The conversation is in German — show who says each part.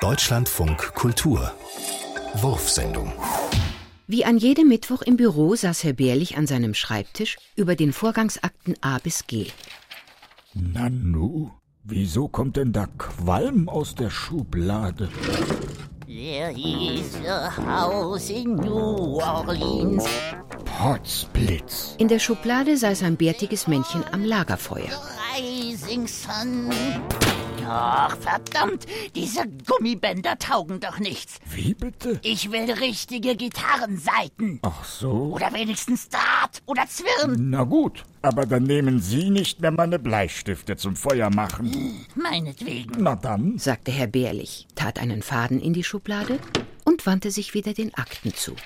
Speaker 1: Deutschlandfunk Kultur. Wurfsendung.
Speaker 2: Wie an jedem Mittwoch im Büro saß Herr Bärlich an seinem Schreibtisch über den Vorgangsakten A bis G.
Speaker 3: Nanu, wieso kommt denn da Qualm aus der Schublade?
Speaker 4: There is a house äh, in New Orleans.
Speaker 3: Potzblitz.
Speaker 2: In der Schublade saß ein bärtiges Männchen am Lagerfeuer.
Speaker 4: Rising Sun. Ach, verdammt, diese Gummibänder taugen doch nichts.
Speaker 3: Wie bitte?
Speaker 4: Ich will richtige Gitarrenseiten.
Speaker 3: Ach so.
Speaker 4: Oder wenigstens Draht oder Zwirn.
Speaker 3: Na gut, aber dann nehmen Sie nicht mehr meine Bleistifte zum Feuer machen.
Speaker 4: Meinetwegen.
Speaker 3: Na dann.
Speaker 2: sagte Herr Bärlich, tat einen Faden in die Schublade und wandte sich wieder den Akten zu.